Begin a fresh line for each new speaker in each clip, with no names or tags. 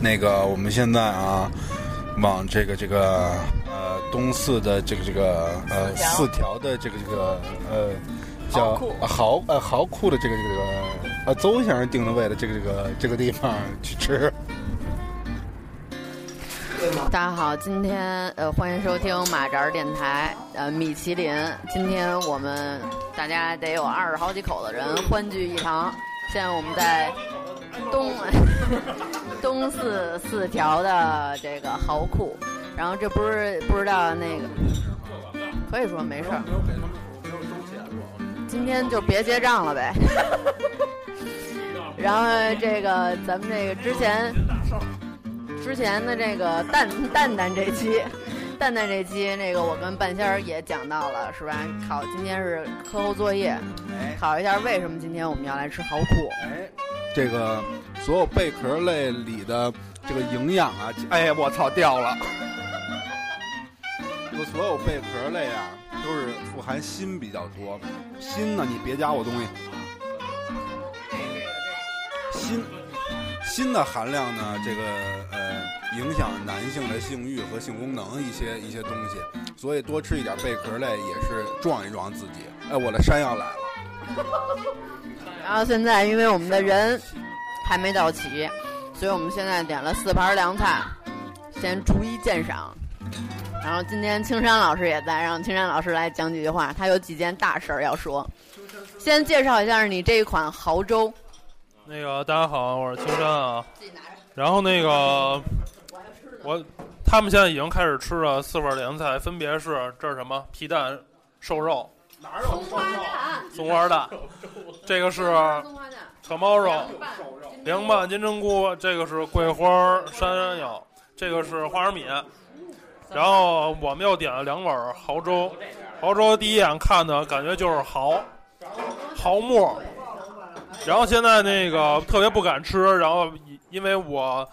那个我们现在啊，往这个这个呃东四的这个这个呃
四
四条的这个这个呃
豪
叫
库
呃豪呃豪库的这个这个这个呃邹先生定的位的这个这个这个地方去吃。
大家好，今天呃欢迎收听马扎儿电台，呃米其林。今天我们大家得有二十好几口的人欢聚一堂。现在我们在东 东四四条的这个豪库，然后这不是不知道那个，可以说没事儿。今天就别结账了呗。 然后这个咱们这个之前。之前的这个蛋蛋蛋这期， 蛋蛋这期那个我跟半仙儿也讲到了，是吧？考今天是课后作业，考一下为什么今天我们要来吃好苦。
哎，这个所有贝壳类里的这个营养啊，
哎，我操，掉了！
这个所有贝壳类啊，都是富含锌比较多。锌呢，你别加我东西。锌，锌的含量呢，这个呃，影响男性的性欲和性功能一些一些东西，所以多吃一点贝壳类也是壮一壮自己。哎，我的山药来了。
然后现在因为我们的 人还没到齐，所以我们现在点了四盘凉菜，先逐一鉴赏。然后今天青山老师也在，让青山老师来讲几句话，他有几件大事儿要说。先介绍一下你这一款豪粥，
那个大家好，我是青山啊。然后那个我他们现在已经开始吃了四份凉菜，分别是这是什么皮蛋瘦肉、
松花蛋，
松花蛋，这个是
松花蛋。
可猫肉、凉
凉
拌金针菇，这个是桂花山药，这个是花生米。然后我们又点了两碗蚝粥，蚝粥第一眼看的感觉就是蚝，蚝沫。然后现在那个特别不敢吃，然后因为我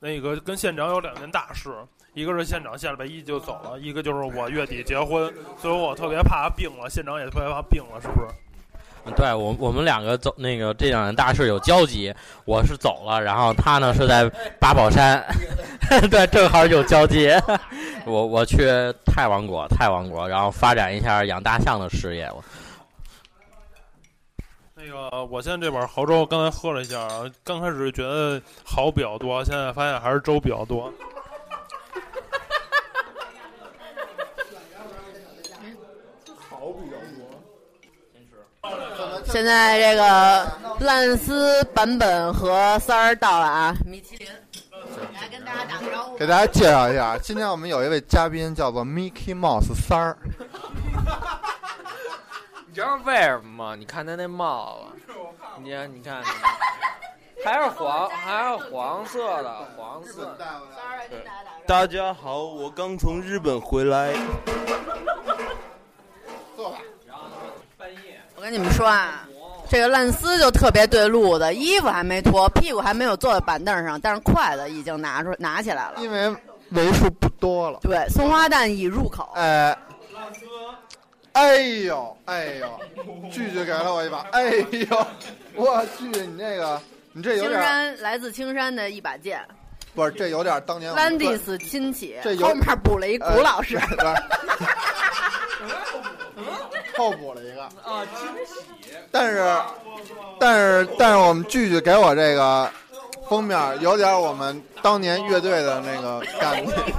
那个跟县长有两件大事，一个是县长下礼拜一就走了，一个就是我月底结婚，所以我特别怕病了，县长也特别怕病了，是不是？
对我，我们两个走那个这两件大事有交集。我是走了，然后他呢是在八宝山，对，正好有交集。我我去泰王国，泰王国，然后发展一下养大象的事业。我
那个，我现在这碗蚝粥刚才喝了一下啊，刚开始觉得蚝比较多，现在发现还是粥比较多。
现在这个烂丝版本和三儿到了啊，米其林，来跟大家打个招呼
给大家介绍一下，今天我们有一位嘉宾叫做 Mickey Mouse 三儿，
你知道为什么吗？你看他那帽子，你看，你看，还是黄，还是黄色的，黄色。
大家好，我刚从日本回来。
我跟你们说啊，这个烂丝就特别对路子，衣服还没脱，屁股还没有坐在板凳上，但是筷子已经拿出拿起来了。
因为为数不多了。
对，松花蛋已入口。
哎，哎呦，哎呦，拒绝给了我一把，哎呦，我去，你这个，你这有
青
点，
山来自青山的一把剑
不是，这有点当年我们专
，Landis 亲戚
这，有
后面补了一古老师。
哎 不是后补了一个啊，但是，但是，但是我们句句给我这个封面有点我们当年乐队的那个感觉，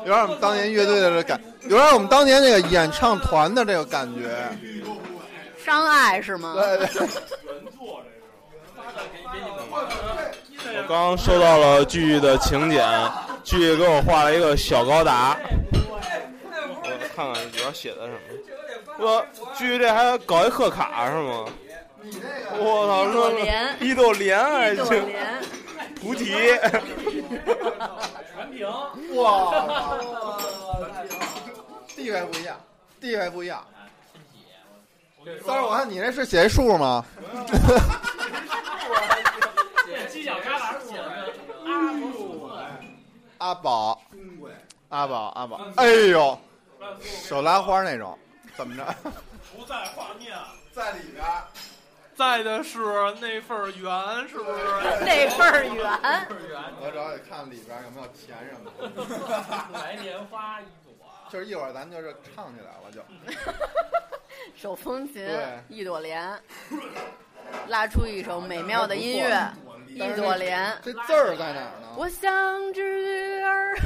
有点我们当年乐队的这感，有点我们当年那个演唱团的这个感觉。
伤爱是吗？
对对对
我刚收到了巨巨的请柬，巨巨给我画了一个小高达。我看看里边写的什么。我巨巨这还搞一贺卡是吗？我操，
一朵
说
莲
一朵莲还
朵
行，
莲。
菩提。
哇，地位不一样，地位不一样。三儿，我看你那是写一数 吗？阿宝，阿宝，阿宝，哎呦，手拉花那种，怎么着？啊
不在画面，
在里边，
在的是那份儿缘，是不
哎
是？
那份儿圆，
我主要得看里边有没有钱什么的。
来年花一朵。
就是一会儿咱们就是唱起来了就。
手风琴
对
一朵莲，拉出一首美妙的音乐，一
但是那
朵莲。
这字儿在哪儿呢？
我像只鱼儿，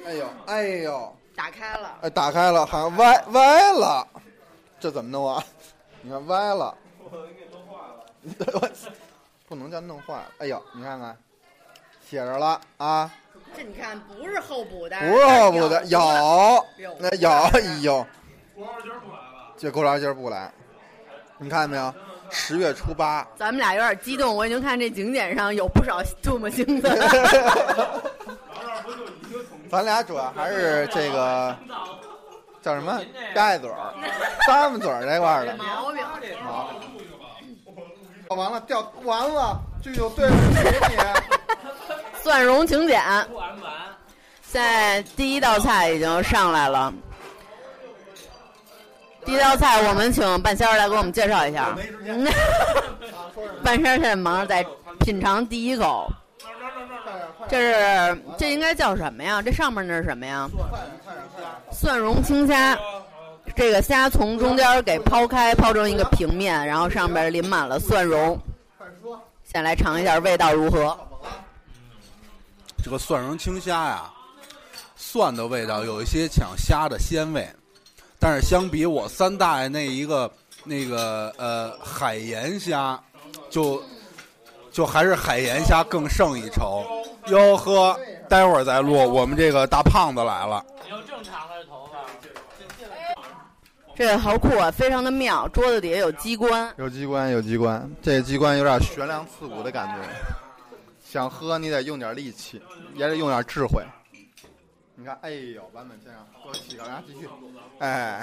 哎呦，哎呦，
打开了，
哎，打开了，好像歪歪了，这怎么弄啊？你看歪了，我给弄坏了。不能叫弄坏了。哎呦，你看看，写着了啊，
这你看不是后补哎的，
不是后补的，有
有
那有，哎呦，
国二今儿不来吧？
这郭老师今儿不来，你看见没有？十月初八，
咱们俩有点激动，我已经看这景点上有不少唾沫星子 了。
咱俩主要还是这个叫什么鸭嘴儿、三木嘴儿这块儿 的。
毛病，
好，哦完了掉完了，剧组对不起 你。
蒜蓉请柬，
不完完，
现在第一道菜已经上来了。第一道菜，我们请半仙儿来给我们介绍一下。 半仙儿现在忙着在品尝第一口，这是这应该叫什么呀？这上面那是什么呀？蒜蓉青虾，这个虾从中间给抛开，抛成一个平面，然后上边淋满了蒜蓉。先来尝一下味道如何？
这个蒜蓉青虾呀，蒜的味道有一些抢虾的鲜味，但是相比我三大爷那一个那个呃海盐虾，就就还是海盐虾更胜一筹。哟呵，待会儿再录，我们这个大胖子来了。
你要正常的头发，
这个好酷啊，非常的妙。桌子底下有鸡冠，
有机关，有机关，这机关有点悬梁刺股的感觉。想喝你得用点力气，也得用点智慧。你看，哎呦，版本先生，给我起个，然后继续。哎，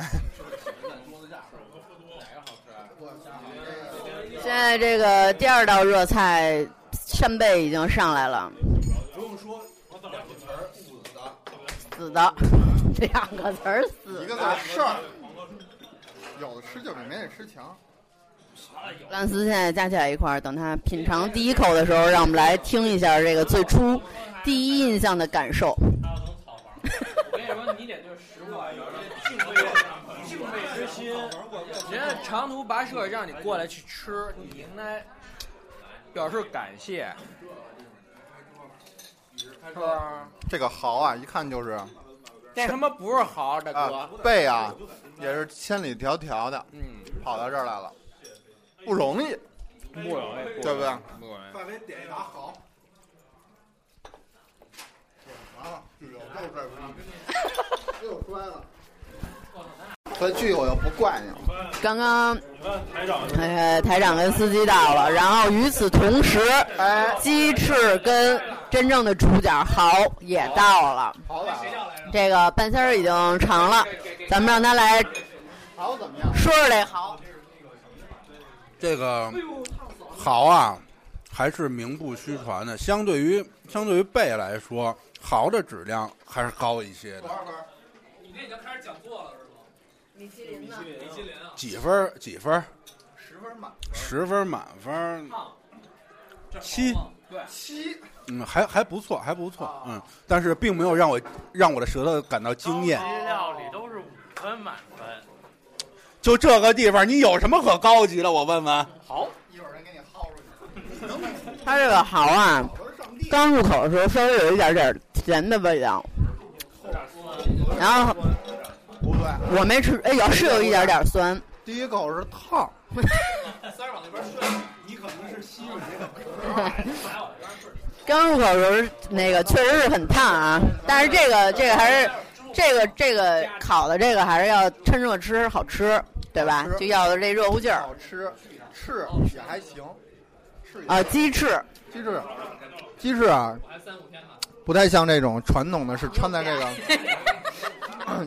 现在这个第二道热菜扇贝已经上来了。不用说，两个词儿，死的， 两个词儿死
一个字
的
儿。事儿，哎有的吃就比没得吃强。
烂丝现在加起来一块儿，等他品尝第一口的时候，让我们来听一下这个最初第一印象的感受。
我跟你说，你得对食物有敬畏敬畏之心。
人家长途跋涉让你过来去吃，你应该表示感谢，是吧？
这个蚝啊，一看就是
这他妈不是蚝，大
啊
哥。，
贝啊，也是千里迢迢的
嗯，
跑到这儿来了，不容易，
不容易，
对不对？
不容易。
范围点一把好。又摔了， 所以剧我又不怪你，
刚刚
你看台长，
呃，台长跟司机到了，然后与此同时，
哎
鸡翅跟真正的主角蚝也到了。
好咋了？
这个半仙儿已经尝了，咱们让他来
好怎么样？
说说这蚝。
这个蚝啊，还是名不虚传的。相对于相对于贝来说，蚝的质量还是高一些的。
你这已经开始讲座了是吗？
米其林呢？
米其林啊，
几分儿？几分儿？
十分满，
十分满分儿，
这
七
好吗对，
七，
嗯，还还不错，还不
啊
错，嗯，但是并没有让我让我的舌头感到惊艳。
高级料理都是五分满分，
就这个地方，你有什么可高级的？我问问。
好，
一会儿人给你薅出去，
它这个蚝啊，
我是上帝。
刚入口的时候稍微有一点点甜的味道，然后
不对，
我没吃，哎呦，是有一点点酸。
第一口是烫，
刚入口的时候那个确实是很烫啊，但是这个这个还是这个这个烤的这个还是要趁热吃好吃，对吧
好？吃
就要这热乎劲儿
好吃，翅也还行，翅也
啊！鸡翅
哎鸡翅，鸡翅啊，不太像这种传统的，是穿 在这个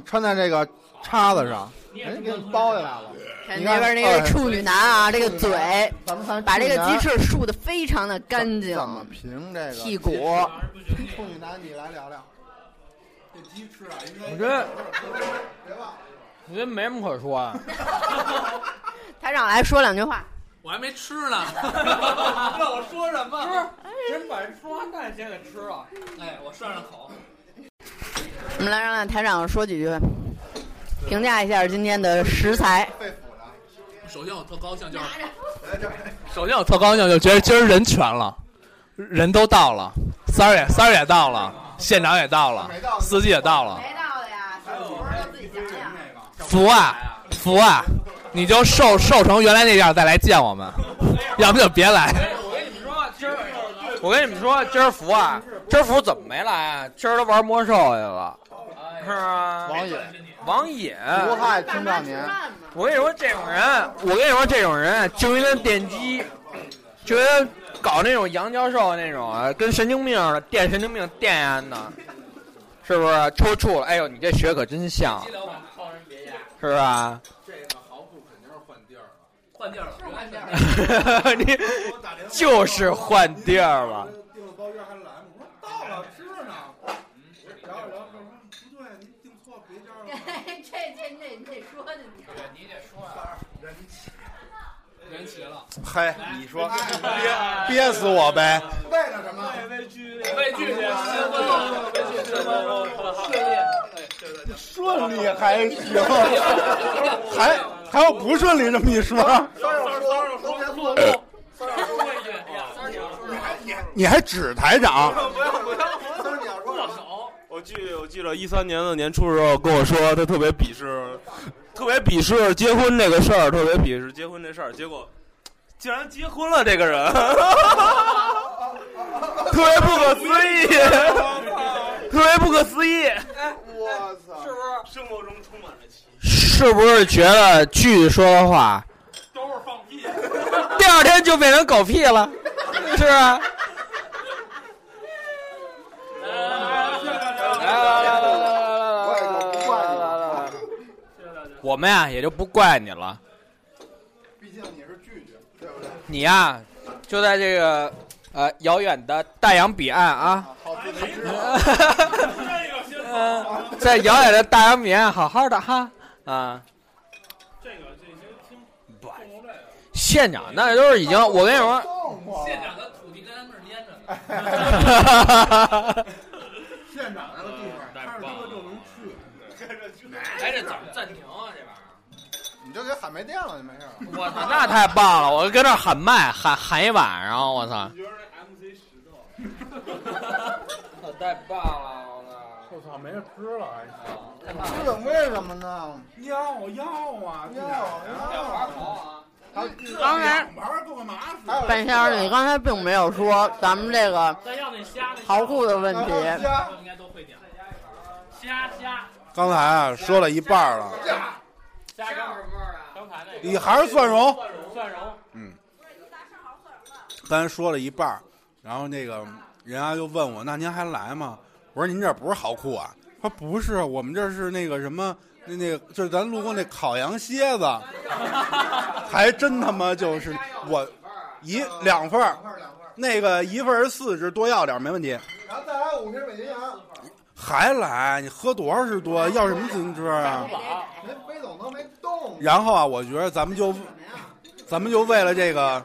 穿在这个叉子上，人家给你包下来了。
看
你
那
看
边那个
哎
处女男啊，这个嘴
咱们看
把这个
处女
鸡
男
翅竖得非常的干净
怎，么评这个
屁股
处女男，你来聊聊。这鸡翅啊，应
我觉得，
别忘，
啊
我觉得没什么可说的。
台长来说两句话。
我还没吃呢。那我说什么？
真把双花蛋先给吃了。
哎，我涮涮口。
我们来让台长说几句，评价一下今天的食材。
肺腑的，
首先我特高兴，就是
来这儿
首先我特高兴，就觉得今儿人全了，人都到了，三儿也三儿也到了，县长也到了，司机也到了。
没到的呀，小伙儿自己想想。
服啊，服啊！你就瘦瘦成原来那样再来见我们，要不就别来。
哎我跟你们说，啊今儿我跟你们说，今儿福啊，今儿福怎么没来啊？今儿都玩魔兽去了，是啊，
哎
王野，
王野。
毒害青少年，
我跟你说，这种人，我跟你说，这种人就应该电击，就应该搞那种杨教授那种啊，跟神经病似的，电神经病电安的，是不是？抽搐了，哎呦，你这血可真像，啊是吧？
换地儿了，
你就是换地儿了。
订了包间还来吗？我说到了，吃着呢。然后然后说不对，您订错别家了。
这这这你得说的你。
你得说啊，人齐了，
嘿，你说
哎
憋憋死我呗？为了什么？
畏惧十分了，畏惧十分了，好
顺利还行，还还有不顺利这么一说，你还指台长？
我记我记得一三年的年初时候跟我说，他特别鄙视，特别鄙视结婚这个事儿，特别鄙视结婚这事儿。结果竟然结婚了，这个 人，特别不可思 议，特别不可思议。
哎我操！
生活中充满了奇
是不是觉得句说的话
都是放屁。
第二天就变成狗屁了，是吧？来来来来来来来来来来来
哎
来来，我们呀也就不怪你了，
毕竟你是拒绝，对不对？
你呀就在这个呃遥远的大洋彼岸啊，
好自为之。
哎
啊
呃在遥远的大洋彼岸好好的哈啊。
这个这些听
县长那都是已经，我跟你说，
县长的土地跟咱们是连着的。
哎
县长那个地方，
嗯
他是说就能去，
哎，这怎么暂停啊？这玩意儿？
你就给喊没电了就没事了。
嗯
我操，那太棒了！我跟那儿喊麦，喊喊一晚上，我操！
觉得那 MC 石头，
太棒了，我
我操，没得吃了，还吃了为什么呢？
要要啊
要啊！
操！
嗯
刚才
玩玩够干嘛？
半仙儿，你刚才并没有说咱们这个
再要那虾，那
逃库的问题。
我应该都会点。虾虾
刚才啊说了一半儿了，
虾干什么啊？刚才那
你还是蒜蓉。
蒜蓉蒜蓉，
咱说了一半儿，然后那个人家就问我，那您还来吗？我说您这不是好库啊？他说不是，我们这是那个什么，那那个就是咱路过那烤羊蝎 子，还真他妈就是我一两份儿，那个一份儿是四只，多要点儿没问题。
然后再来五瓶美金洋，
还来？你喝多少是多？要什么自行车啊？
人飞总都没动。
然后啊，我觉得咱们就，咱们就为了这个。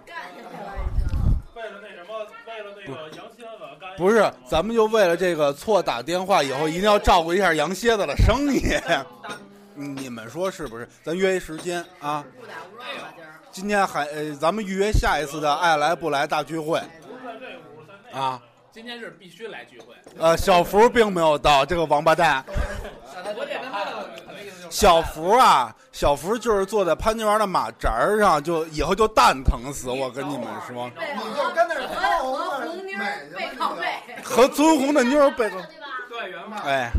为了那什么，为了那个羊蝎子干一
不是
个，
咱们就为了这个错打电话，以后一定要照顾一下羊蝎子的生意。你们说是不是？咱约一时间啊！今天还呃，咱们预约下一次的爱来不来大聚会啊！
今天是必须来聚会。
呃，小福并没有到，这个王八蛋。
我得跟他的
小福啊，小福就是坐在潘家园的马扎儿上，就以后就蛋疼死。我跟你们说，
你就跟那儿跳舞
和
那儿
红妞
美去吧
背靠背，
和尊红的妞儿背个，
对原话。
哎，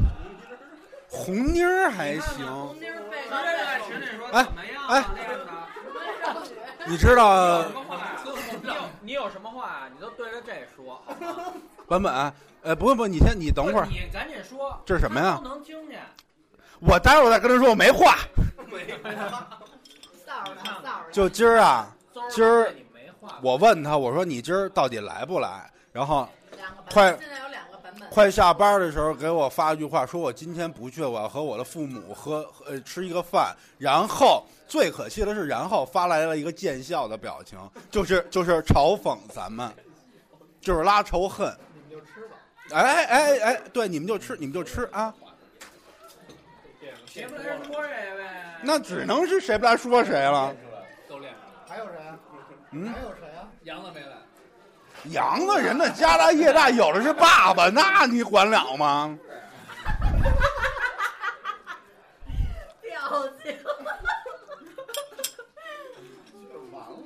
红妞儿还行。
红妞背
直接就在群里说
哎
怎么样
哎
啊？那个啥
你知道
有什么话？你有
呃你有什么话，你都对着这说，好吗？
版本啊？呃，不不，你先，你等会儿。
你赶紧说。
这是什么呀
他都能听见。
我待会儿再跟他说，我没话。
臊着臊着。
就今儿啊， 今儿
你没话。
我问他，我说你今儿到底来不来？然后
两个版
快
本，现在有两个版本。
快下班的时候给我发一句话，说我今天不去，我要和我的父母喝呃吃一个饭。然后最可气的是，然后发来了一个见笑的表情，就是 就是嘲讽咱们，就是拉仇恨。你们就吃吧。哎哎哎，对，你们就吃，你们就吃啊。
谁不来说谁呗？
那只能是谁不来说谁了。
还有谁啊？
嗯
还有谁啊？
杨子没来，
洋的人的家大业大，有的是爸爸，那你管了吗？
表情。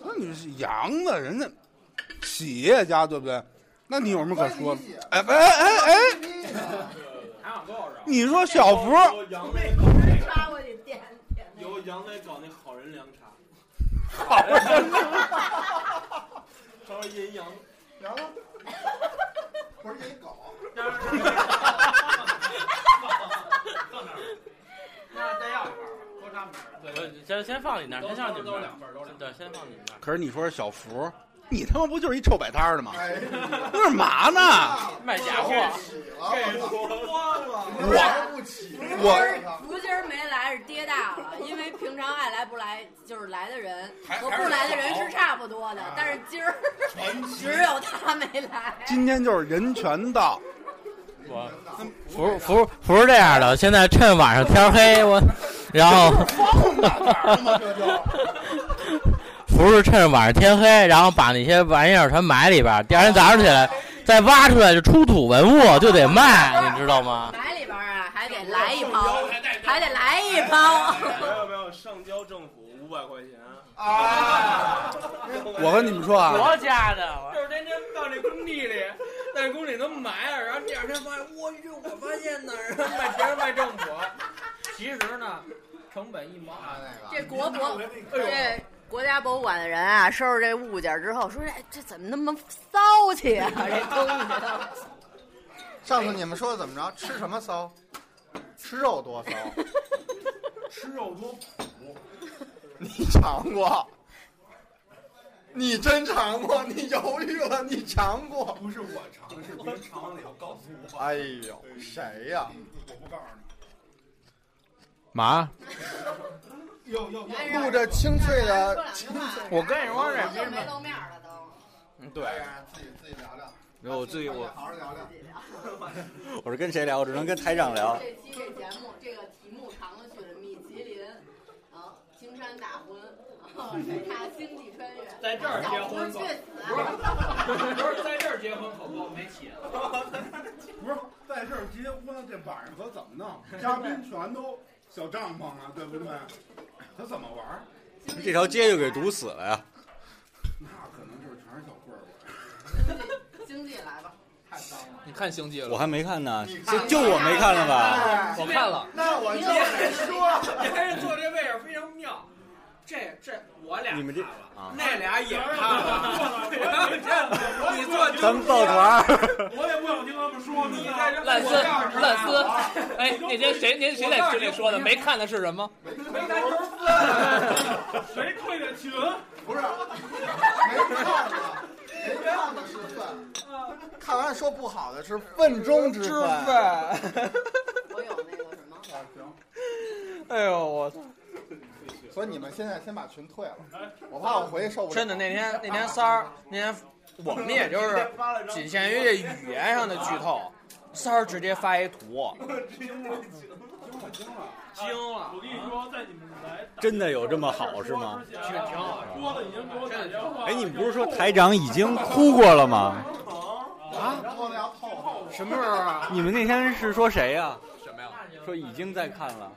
那你是洋的人家企业家，对不对？那你有什么可说的？哎哎哎哎，你说小福，
杨
妹
抓过去点点那
由杨磊搞那好人凉茶，稍微阴阳。
然后，不是一狗，
先先放你那儿，先上你们那儿，对，先放你们那儿。
可是你说是小福，你他妈不就是一臭摆摊儿的吗？
哎，
那是嘛呢？
卖假货，
起了，
我
不起了，
我
福今儿没来是跌大了，因为平常爱来不来，就是来的人和不来的人是差不多的，但是今儿 只有他没来。
今天就是人权到，
不不不是这样的。现在趁晚上天黑，我然后不是趁晚上天黑，然后把那些玩意儿全埋里边儿，第二天早上起来再挖出来就出土文物，就得卖，你知道吗？
埋里边儿啊，还得来一包，还得来一包。
没有没有，上交政府五百块钱。
我跟你们说啊，
家的，
就是天天到那工地里， 在工地能埋着，然后第二天发现，我去，我发现呢，然后卖别人卖政府，其实呢，成本一毛
那
二。
个
这国博，这国家博物馆的人啊，收拾这物件儿之后说：“哎，这怎么那么骚气啊？这东西。
上次你们说的怎么着？吃什么骚？吃肉多骚，
吃肉多，
你尝过？你真尝过？你犹豫了？你尝过？
不是我尝的，是别人尝的，要告诉我。
哎呦，谁呀、
嘛？
录着清脆的，
我跟你说，这
就没露面了都。
对，自己自己聊聊。
没有我自己我
好好聊聊。
我是跟谁聊？我只能跟台长聊。
这期这节目这个题目长了去了，米其林，啊，青山大婚，啊， 水踏星际穿越，啊
在这儿结
小
婚
婚去啊
可
死。
不是在这儿结婚可不没戏。
不是在这儿结婚，这晚上可怎么 弄？嘉宾全都小帐篷啊，对不对？他怎么玩儿？
这条街就给堵死了呀！
那可能就是全是小棍儿棍儿。
经济来吧，
你看星际
我
了？
还没看呢，就就我没看了吧？
我看了，
那我就得说，
你还是坐这位置非常妙。这这我俩
你们这啊，
那俩也看了， 你坐
咱们抱团儿。
我 也不想听他们说。
你啊在这
烂丝，
我告诉你
烂丝。哎，那天谁那天谁在群里说的？没看的是什么？
没咱球分。
谁退的群？
不是，没看呢，没看的是粪，看完说不好的是粪中之粪。
啊
我有那个什么，
哎呦我
所以你们现在先把群退了，我怕我回去受不了。
真的那天那天三儿那天我们也就是仅限于这语言上的剧透，三儿直接发一图，惊了
我跟你说，在你们来
真的有这么好是吗？
挺挺好。郭啊子已经给我打电话。
哎，你们不是说台长已经哭过了吗？
啊，跟我聊透了。
什么时候啊？
你们那天是说谁呀、
什么呀？
说已经在看了，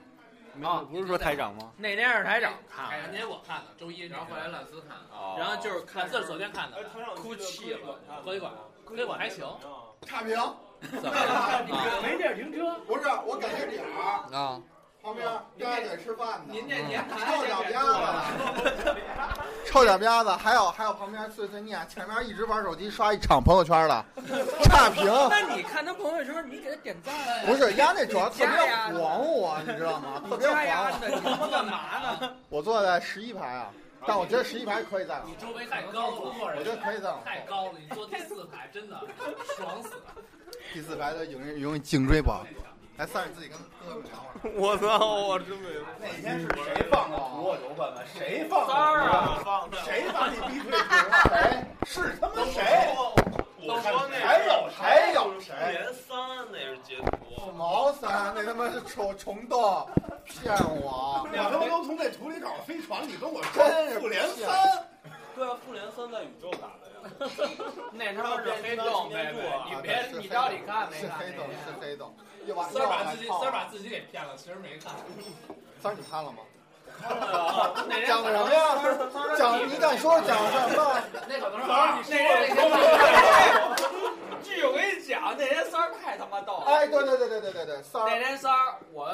没
啊
不是说台长吗？
那天是台长看
那天我看的，周一，然后后来烂丝看的，
哦
然后就是看
烂丝是昨天看的，哭泣了，科技馆，科技馆还行，
差评，
怎么了？
没地儿停 车。
哎不是我给这点儿，
啊，
旁边大家得吃饭呢。
这年
臭脚丫子，臭脚丫子，还有还有旁边碎碎念，前面一直玩手机刷一场朋友圈的，差 评。
那你看他朋友圈，你给他点赞。
不是，丫那主要特别晃我，你知道吗？特别
加
晃
丫的，你他妈
我。
干嘛呢？
我坐在十一排啊，但我觉得十一排可以再往
你周围太高了，
我觉得可以再往
太高了，你坐第四排真的爽死了。
第四排的有人容易颈椎不好。来，三儿自己跟哥们聊会儿。
我操！我真没有。
哪天是谁放的图？我就问问谁放的？
儿啊，放着
谁把你逼退图啊？谁是他妈谁？
我说那
还有谁有谁？
连三那是截图，
毛三，那他妈是虫虫洞，骗我！
我他妈都从这图里找了飞船，你跟我
真是
说复联
骗
三。
对啊，复联三在宇宙打的呀。
那他妈是黑洞呗，你别你到底看没
是
看
黑
那
洞，
个？
是黑洞。又把
三
又
儿
往
把
外
自己
套
三儿把
了。
自己给骗了，其实没看。
三儿，你看了吗？
那人
讲什么呀？讲你敢说讲什么？
那可能是二，
那人
那
啊
个
剧我跟你讲，那天三儿太他妈逗了。
哎，对对对对对对对，三
那
儿，
天三儿，我跟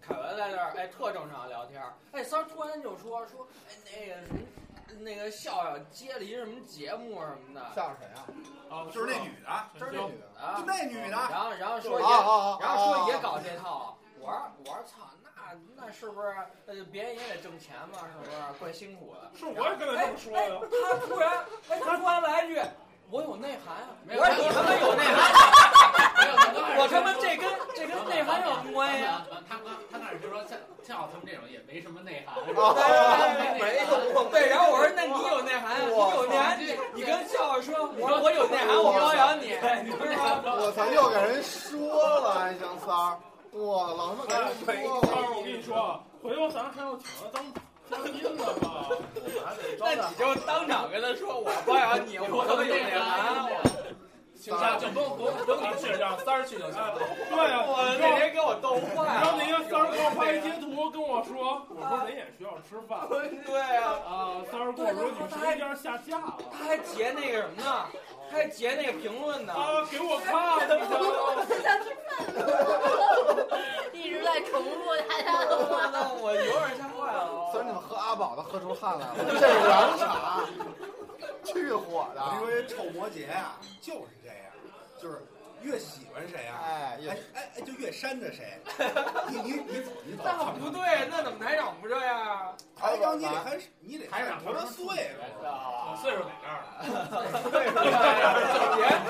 凯文在那儿，哎，特正常聊天儿。哎，三儿突然就说说，哎，那个什么，那个笑笑接了一什么节目什么的
像谁啊？
啊，
就是那女的，
是那女的。
啊
就，那女的，
然后然后说
啊
也，
啊啊！
然后说也搞这套。我说我说操，那那是不是呃别人也得挣钱嘛？是不是怪辛苦的？
是我也跟他这么说
哎，
的。
他突然，哎，他突然来一句，我有内涵啊！我
没有
说你他妈有内涵，啊
没 有，
我他妈这跟这跟内涵有什么关系啊？
他刚他那就说像像我他们这种也没什么内涵，
没
哦
有，对，然后我说那你有内涵，你有内涵，你跟笑笑说，我我有内涵，我包养你，你知道吗？
我操，又给人说了，还行三儿，哇，老他妈给
哎，
人说
三儿，
了。
我跟你说，啊，回头咱还要请他当嘉宾呢吧？我还得招
那
待
你就当场跟他说，我包养你，我他妈有内涵。
就像就不用不用不用你去，让三儿去就行了。
对呀，
我
你知
那
道
天给我逗坏
然后那天
了。
三儿给我发一截图，跟我说，我说咱也需要吃饭。
对啊，
啊，三儿跟我说你神一下下架了。
他还截那个什么呢？他还截那个评论呢。
啊，给我 看的，你知道吗？
一直在重复大家的
我
话。
操！我有点吓坏
三儿，
了。
你们喝阿宝的喝出汗 来了，这是洋茶，去火
你说
的。
这臭摩羯啊，就是这样，就是越喜欢谁啊，
哎，
哎
也
哎哎，就越扇着谁。你你你走你走，
那不对，那怎么台长不这样 啊？
台长你得看你得
台
看
长
多大岁数啊。
我岁数在这儿了，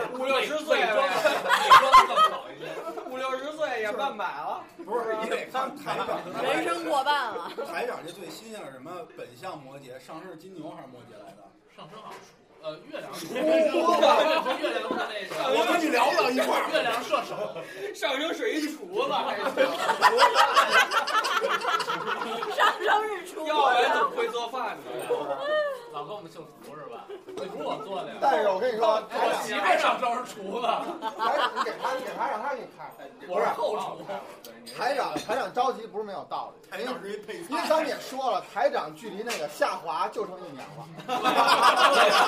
别五六十岁
伪装
了，
伪装更好一些。
五六十岁也半百了。
不是，你得看台长。
人生过半 了，
台长这最新鲜的是什么？本相摩羯上升是金牛还是摩羯来的？
上升好像属呃月亮属，月亮是那个
我跟你聊不到一块儿。
月亮射 手，
上升水一厨子，
上升日出。
要不然怎么会做饭呢？
老跟我们姓福是吧？那不是我做的呀，
但是我跟你说，台
哦我
长
媳妇儿上升是厨子，
台长，你给他，你给他，让他给你看。
我是后厨。
台长，台长着急不是没有道理。
台长是一配
因为
菜。
咱们也说了，台长距离那个下滑就剩一年了，
啊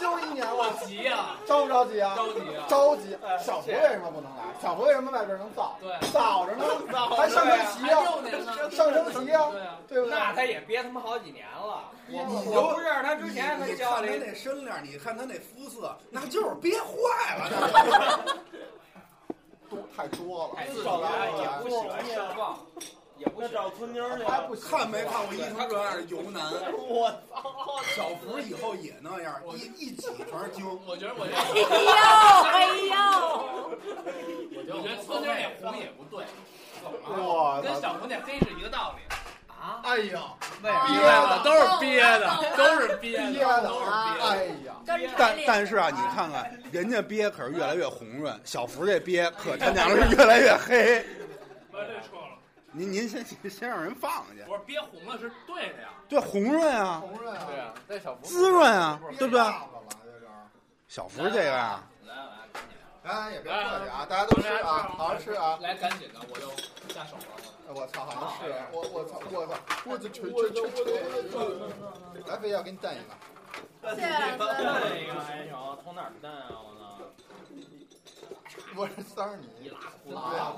就一年
我
了，
急呀，
着不着急啊？
啊着急啊！
着急。小胡为什么不能来？小胡为什么外边能造？
对
早着呢，还上升旗
还
啊，
哎六年呢，
上升旗啊，
对啊，
对不对？
那他也憋他妈好几年了。
你你
我
就
不认识他之前，他
你
教
看他
了一
那身量，你看他那肤色，那就是憋坏了。那就是
多太多了，
哎
自己
少了
啊也不喜欢释放，也不
那
喜欢
找村妞去
还不喜欢
看没看过《一藤传二》游男？我操！小福以后也那样，一一挤成精。
我觉得我
哎
这
呦，哎呦，
我觉得村妞那红也不对，
我
跟
操！
小红那黑是一个道理。
啊。
哎呀，
憋
憋
的
的
都
都
是
是
憋
憋
的
的，
都是憋
憋
的，
的
都是
啊
憋的。
哎呀，
跟着
但
台里
但是啊，你看看人家憋可是越来越红润，小福这憋可他娘是越来越黑。
把这撤了。
您您先先让人放下去，
我说憋红了是对的呀，
对红润啊，
红润啊，
啊，那小福
滋润啊，对不对
憋？大发了这是
小福这个啊，
来来
大家也别客气啊，大家都吃啊，好好吃啊！
来，赶紧的，我就下手了。
哎我操，好像是我我操我操，我这吹吹吹吹！来，非要给你蘸一个，
谢谢老师。
那个哎呦，从哪儿蛋啊？我操！
我是三儿你，
胡了，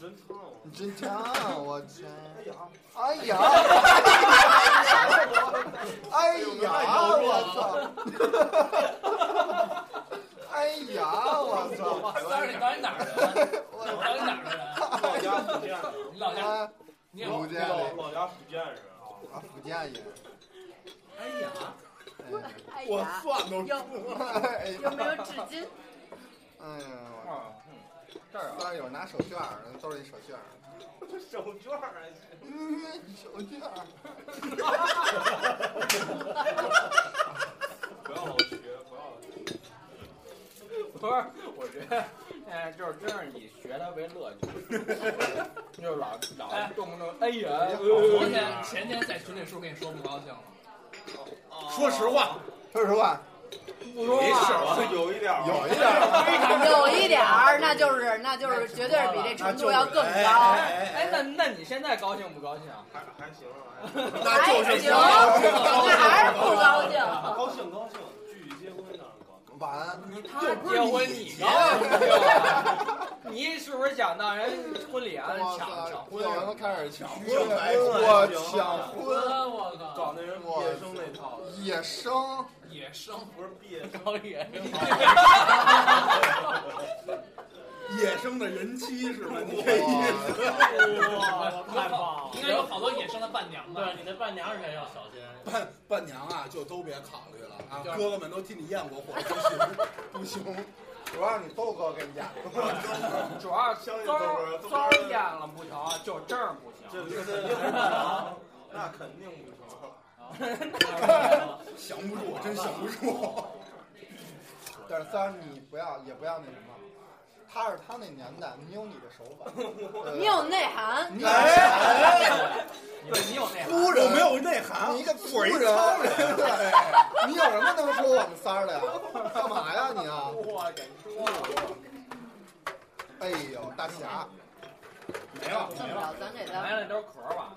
真烫啊！
你真强，我天！哎 呀，哎呀，我操！哎呀，我操！
三儿，你到底哪儿人？啊你到底哪儿人？啊
老家福建人，
你老家，
啊，
你也
福建人
老家福建人啊！
福建人，
哎呀，
我
啊
饭都
有有哎没有纸巾？
哎呀，我这儿啊有人拿手绢儿，兜里手绢儿。
手绢儿啊，
嗯，手绢儿。
不要老学，不要老学。不是，我觉得，哎，就是真是以学它为乐趣，就老老动不动，哎呀，
昨天前天在群里是不是跟你说不高兴了？
说实话，
说实话，
不说
啊
话，有一点，
有一点儿
有一点儿，那就是那就是绝对比这程度要更高。
哎，那那你现在高兴不高兴？
还还行啊，
还行，那还是不高兴。
高兴高兴，聚结婚呢。
完。
他结婚你高兴，你是不是想到人婚礼啊
我
抢
操
抢！
我
婚？
他妈开始抢婚，
抢白婚
我抢婚，
我靠，
搞那人
我
生那套的，
野生，
野生
不是毕业
高野，
啊
野生的人妻是吧？你这意思？
哇
哇，太棒了！
应该有好多野生的伴娘吧？
你的伴娘是谁要小心？
伴伴娘啊，就都别考虑了啊，
就是
哥哥们都替你验过货，不 行不行，
主要是你豆哥跟你家，
主要是糟糟验了不成，就真儿不行。
这肯定不成，那肯定不成。
降不住，真降不住。
但是三你不要也不要那什么，他是他那年代，你有你的手法，
你有内涵，
你
对你有那个，
夫人我没有内涵，
你一个粗
一
人，
糙人
对，你有什么能说我们仨儿的呀？干嘛呀你啊？
我给你说了，
哎呦，大侠，
没了
这么着，咱给
没
他
了，都是壳儿吧？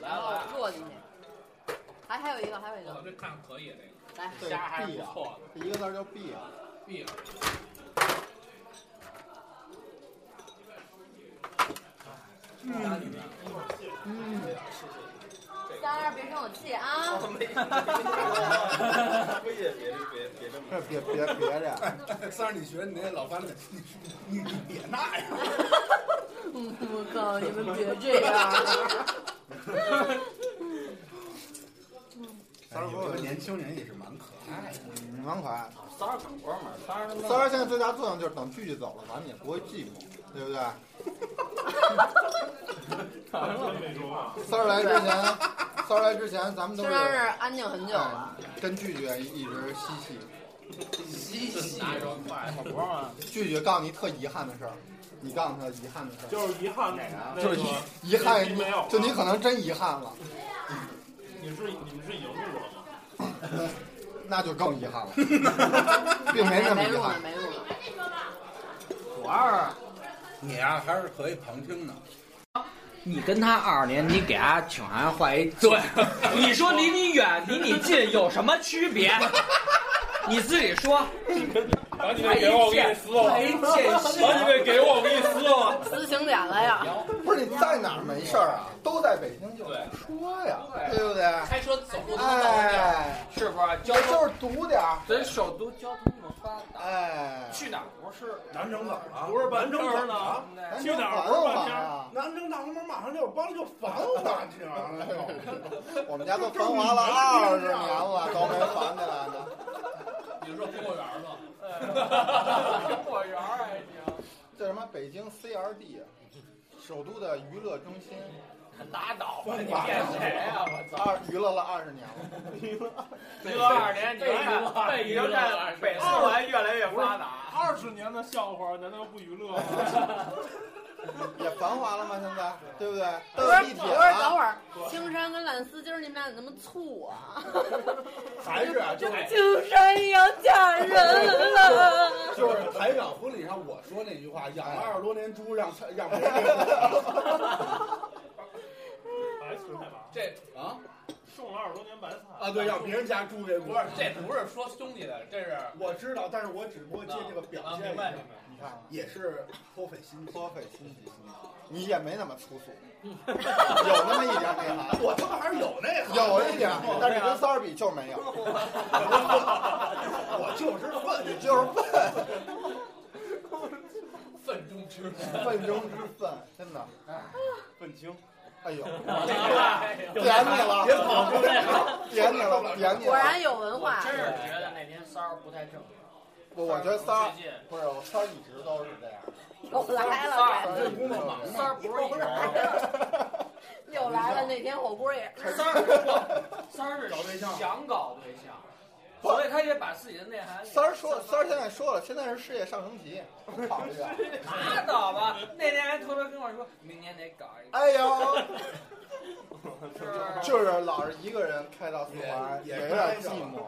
来来，
落进去。还还有一个，还有一
我
个，
这看可以这个
来，
对
虾还是
必
不
啊，
错
这一个字儿叫必啊。
，B
三二别生我气啊！
不也别别别这么
这别别别这样，
哎三儿，你学你那老班的，你你你别那样，
我靠，你们别这样。
三儿
哎有的年轻人也是蛮可爱的。
你蛮可爱
啊
的。
三儿等会儿嘛，三儿
三儿现在最大作用就是等聚聚走了，咱们也不会寂寞，对 不对？三儿来之前，三儿来之前，咱们都
虽
是
然是安静很久了，
哎跟聚聚一直嬉戏。
拿着筷子，不是吗？
聚聚告诉你特遗憾的事儿，你告诉他遗憾的事儿，
就是遗憾哪个？
就是遗遗憾，你
没有，啊
就你可能真遗憾了，
你是你们是已经录了吗？
那就更遗憾了， 并没那么
没
遗
录呢
憾，。
没录呢。
主要是
你呀、还是可以旁听的。
你跟他二十年，你给他请还换 一
对
你说离你远，离你近有什么区 别？你自己说。
把你给我，我给你撕了。
见识
把你给给我，我给你撕了。
私刑点了呀！
不是你在哪儿没事儿啊？都在北京就说呀，对不对？
开车走路都能到这儿。
哎，
是不是？
就
交
就
通，
是堵点儿，
咱首都交通这么发达，
哎，
去哪儿不是？
南城怎啊么了？
不是办证儿呢？嗯
南
去
城
哪儿
管我
半
们
天
啊？
南城大红门马上就帮就烦我你知道吗？
我们家都繁华了二十年
啊
了，都没烦起来呢。
你说公务员 吗？
果园儿还行。
这什么北京 CRD，首都的娱乐中 心，
拉倒吧，你骗谁啊？我操！
二娱乐了二十年了。
娱乐二十年，你看北京在北四环越来越发
哎
达。
二十年的笑话，难道不娱乐吗？
也繁华了吗？现在对不对？
不
都
是
有地
不
铁啊
是，
了。
等会儿，青山跟懒丝今儿你们俩怎么那么醋啊？
还是啊，就是
青山要嫁人了，
就是台长婚礼上我说那句话，养
哎
了二十多年猪，让 让别人给我
白菜吧，
这
养啊
种了二十多年白菜
啊！对，让别人家猪给
不
我
是。这不是说兄弟的，这是
我知道，但是我只不过借这个表
啊，
现
明
一
白
下
明，白。
你看，
也是颇费心机。
颇费心机，你也没那么粗俗，有那么一点内涵，
我他妈还是有那行，
有一点，但是跟三儿比就没 有。
我就是问，
你就是笨，
愤中之人，
笨中之笨，真的。
问清，
哎呦，
有
点你了，
别跑出来
点你了，点你了。
果然有文化。
真是觉得那天三儿不太正常。
我我觉得三儿不是我三儿一直都是这样。
又哦来了，
啊
三儿工作忙
三儿哦不是一人儿，
又来了。那天火锅也是。
三儿 三儿是想搞对象，所以他也把自己的内涵给。
三儿说，三儿现在说了，现在是事业上升 期，考虑啊。
拉倒吧，那天还偷偷跟我说，明年得搞一个。
哎呦，
是不是
就是老是一个人开到四环，
也
有点寂寞，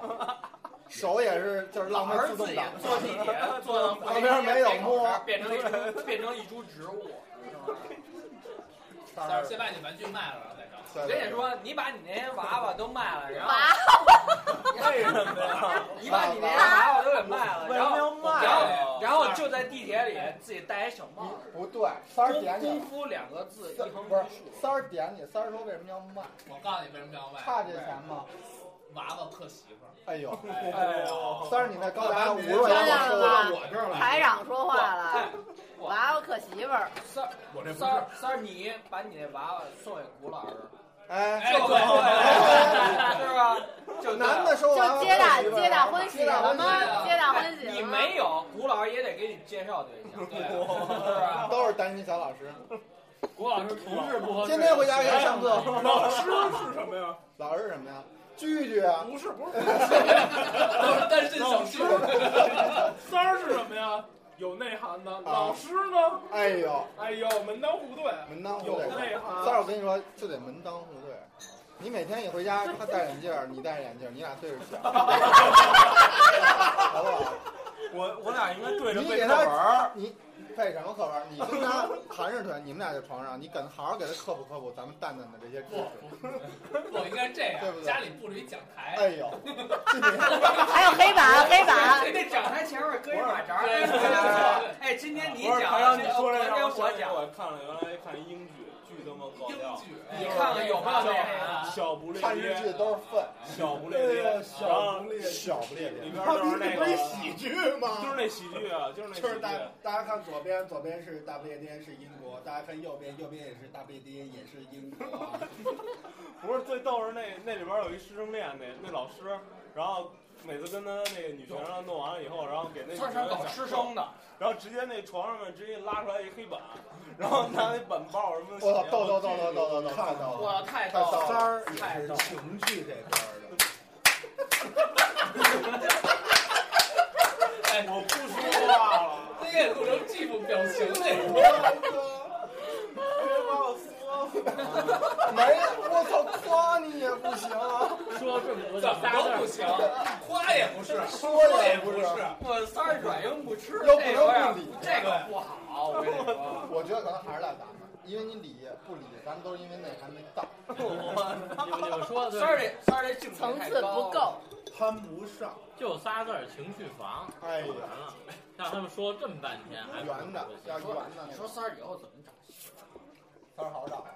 手也是就是浪费自
自
动
己
挡。
坐地铁， 坐到
旁边没有摸
变成一株变成一株植物。是吧
三
三
儿
儿先把你玩具卖了，然后再找。
对
我跟你，说，你把你那些娃娃都卖了，然后
哦
为什么呀？
你把你那些娃娃都给卖了，
为
然
什么要
后
啊
卖
然
呀？
后然后就在地铁里自己戴一小帽
对
子，
不对，三儿
功
点你
功
了，
夫两个字一
三
横
不是
一竖。
三儿点你，三儿说为什么要卖？
我告诉你为什么要卖，
差这钱吗？
娃娃克媳妇儿。
哎呦，
哎呦
三儿你那高达五十
我
万
商
要
量
收
了吧
到我这儿来，
台长说话了，
我
娃娃克媳妇儿，
三儿
我这不
三
是
儿三儿，你把你那娃娃送给古老师，
哎，
对
是吧？就
男的说完
就
了
皆大
媳妇儿
皆大欢喜
皆大
了
欢
吗
喜了？
皆大欢喜
哎
了吗
你没有，古老师也得给你介绍对象，对 啊吧？
都是担心小老师。
古老师同志不合适。
今天回家给他上课，
老师是什么呀？
老师什么呀？聚聚啊，
不是不是，
都是单身小
师
叔。
三儿是什么呀？有内涵的。老师呢？
啊哎呦，
哎呦，门当户对，
门当户
有
对。
内涵。
三儿，我跟你说，就得门当户对。你每天一回家，他戴眼镜儿，你戴着眼镜儿，你俩对着 瞧，好不好？
我我俩应该对着
你
背
给
课
他
本儿，
你背什么课本儿？你跟他盘着腿，你们俩在床上，你敢好好给他科普科普咱们蛋蛋的这些知识。
我应该这
对不
样，
对
家里布置一讲台。
哎 呦，
还有黑板黑板，
那讲台前面搁一马扎
对对
儿
对，
哎，今天你
不是
讲，
台长你说这让
昨天
我想
我
起来
讲，
我看了原来看英剧，巨他妈搞
英
笑，
剧，
你看看有没有内
啊
涵？
小不列
看日剧
颠，
都是粪，
小不列颠，然后
小不列
里
颠。
边就是那个，
剧吗
就是那喜剧啊，就是那喜
就是大
剧。
大家看左边，左边是大不列颠是英国；大家看右边，右边也是大不列颠也是英 国。
不是最逗是那那里边有一师生恋，那那老师，然后每次跟他那个女学生弄完了以后，然后给那女
算
学
是
生
搞
讲
师生的，
然后直接那床上面直接拉出来一黑板，然后拿那板报什么写。
我操，逗逗逗逗逗逗逗，
看到了，
哇，太
太
逗
骚
了！
三
了。
儿也是情剧这边的。
哎，
我不说话 了，
那个录成继父表情那
我
个。
操
别把我说死了。
没，我操，夸你也不行啊！
说这么多，怎么都不行，夸也不是，
说也不
不
是
我三儿软硬不吃，
又不
这
能
个
不理
这个不好，我跟你说。
我觉得可能还是赖咱们，因为你理不理，咱们都是因为内涵没到。
你们你们说的
三儿
对，
这三儿这境界
层
太
次
高了
不够。。
攀不上，
就仨字儿情绪房，
哎
完
呀，
了，让他们说这么半天，还不哎
圆的要圆的
你
那
说
种，
三儿以后怎么找？
三儿好找。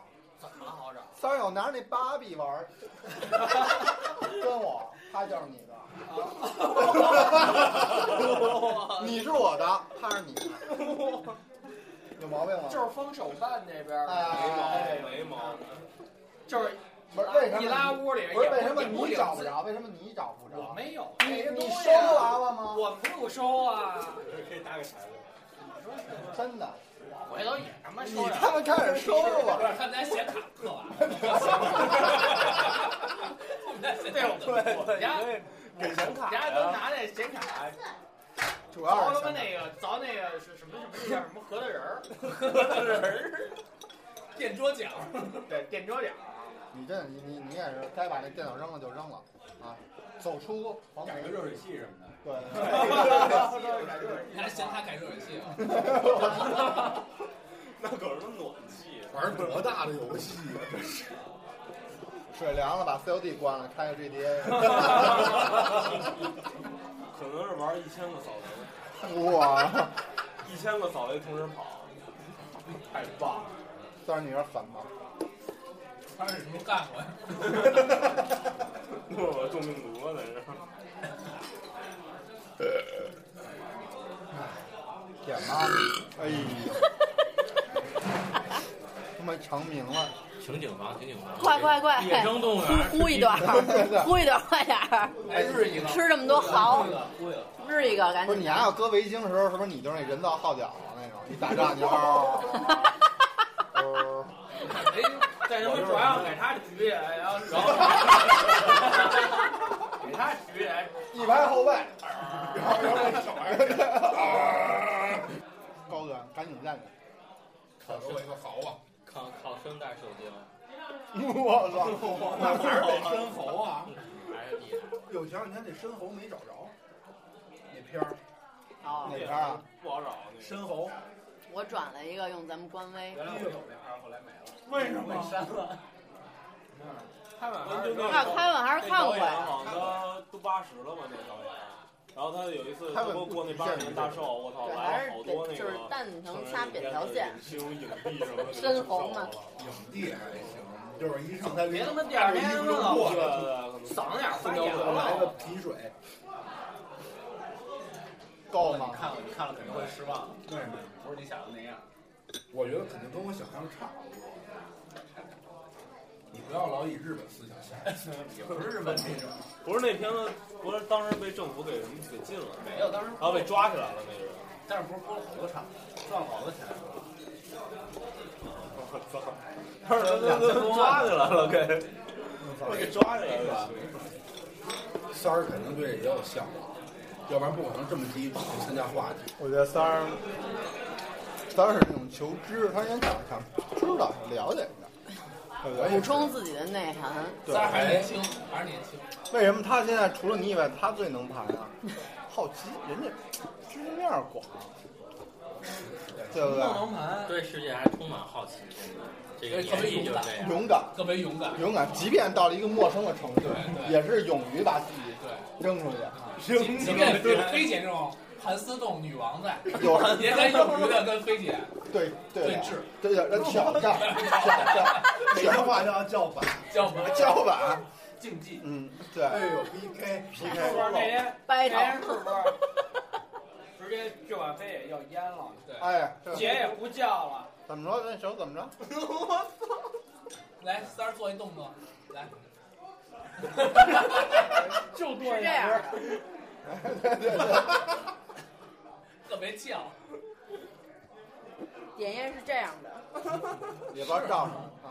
怎么好找？
三儿有拿着那芭比玩 儿，跟我，他就是你的。
哦
你是我的，他是你的，有毛病吗？
就是封手办那边
哎
儿，
没毛病，
就是
不是为什
一
么
拉
你？
屋里，
不是为什么你找不？着？为什么你找不
我
着？
没有，
你
这
你
东西
收娃娃吗？
我不收啊，
可以打给孩子。
真的，
我回头也他妈
你
收
他
呀。
妈开始收了
不
吧？
是他们家写卡特娃，我们家写
对
卡特
对，
娃，
因为给钱卡
人家都拿那显卡
主要
凿
是现
他妈
在
那个凿那个是什么什么那叫什么核桃仁儿，
电桌角，
对，电桌角。
你这你你你也是该把那电脑扔了就扔了啊，走出黄梅
热水器什么的。
对，
你还嫌他改热水器啊？
那可是暖气，啊
玩多大的游戏啊！这是
水凉了把 COD 关了，开个 GTA。
可能是玩一千个扫雷，
哇，
一千个扫雷同时跑，太棒了。
三儿你是狠吗？
他是什么干过呀？
那我中病毒了，在这儿。
舔吗？哎呦，们成名了。
情景房，情景房
快快快， 呼呼一段儿，呼一段儿，快点儿！
哎
吃这么多蚝，日一个，赶紧。
不是你啊还要搁围巾的时候，是不是你就是那人造号角那种？一打仗就嗷。
哎但是我主要给他举哎眼，然后然后给他举眼，
一排后卫，然后然后那手还是 高端，赶紧站起
烤生一个蚝啊！烤烤生带手巾，
来！我操，
那还是得申猴啊！
还是厉害。
有前两天那申猴没找着，那片儿
哦
哪边啊？
不好找。
申猴
我转了一个用咱们官微，
为什么？
删了。开碗还是
那开碗还是看过呀
好像都八十了嘛，那导演。然后他有一次他给我过那八十年大寿，我操，
对，还
来
是
了好
得
多那
就
个
是蛋疼掐扁条线，
这种影帝什么的。
深红嘛。
影帝还行，就是一上台
别他妈第
二
二
天
天
他妈
他妈
老
老
过
嗓子眼儿
三
发
条
炎
腿来个
了。
皮水，
够吗？
看了，你看了肯定会失望，
为什么？
不是你想的那样。
我觉得肯定跟我想象差不多。你不要老以日本思想下手，
也不是日本那种，
不是那片子，不是当时被政府给什么给禁了，
没有，当时
然后被抓起来了那个人。
但是不是播了好多场，赚了好啊多钱。
我操！他说他都抓起来了，给给抓起来了。
三儿肯定对也有向往，要不然不可能这么低去参加话剧。
我觉得三儿
当然是那种求知，他先想想知道，想了解一下，对不
补
对？
充自己的内涵。
对，
还是年轻，还是年轻。
为什么他现在除了你以外，他最能盘 啊？好奇，人家知识面广，对不对？
能盘，
对世界还充满好奇，这个年纪就是 这样。
勇敢，
特别勇敢。
勇敢，即便到了一个陌生的城市，也是勇于把自己扔出去。
即即便是菲姐这种盘丝洞女王在，
有
也在勇于的跟菲姐
对对
对
的
峙，
对 的，挑战，挑战，
北京话叫叫板，
叫什么
叫板，
竞技。
嗯，对，
哎呦 PK，
PK
那天
掰头，
那天是不是直接就把飞也要淹了？
哎，这
姐也不叫了。
怎么着？那手怎么着？
来，三儿做一动作，来。
就是
这样的。
对对对，
特别犟，
点烟是这样的，
也不知道照什么啊，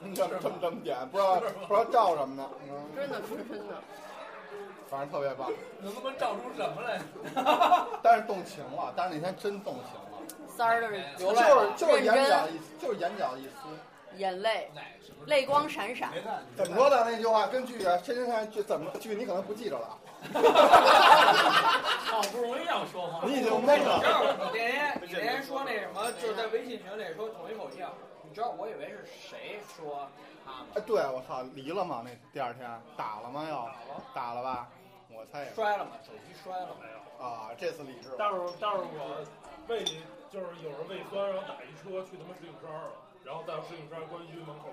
你这么这么这么点，不知道不知道照什么呢，嗯，
真的真的。
反正特别棒。
能他妈照出什么来？
但是动情了，但是那天真动情了，
三儿的
流泪
就是
了
就是眼
认
角
真
一就是眼角一丝。
眼泪，
哪什么？
泪光闪闪。
怎么说的那句话？跟剧啊，深深看剧怎么剧，你可能不记着了，
好不容易让说话。
你已经累
你知
了。
道你那天你那天说那什么，就是在微信群里说统一口径，你知道我以为是谁说他吗？
哎，对，我操，离了吗？那第二天打了吗？又打了吧？我猜也是
摔了吗？手机摔了没有？
啊，这次理智了。
但是但是我胃里就是有人胃酸，然后打一车去他妈石景山了，然后在石景山观音门口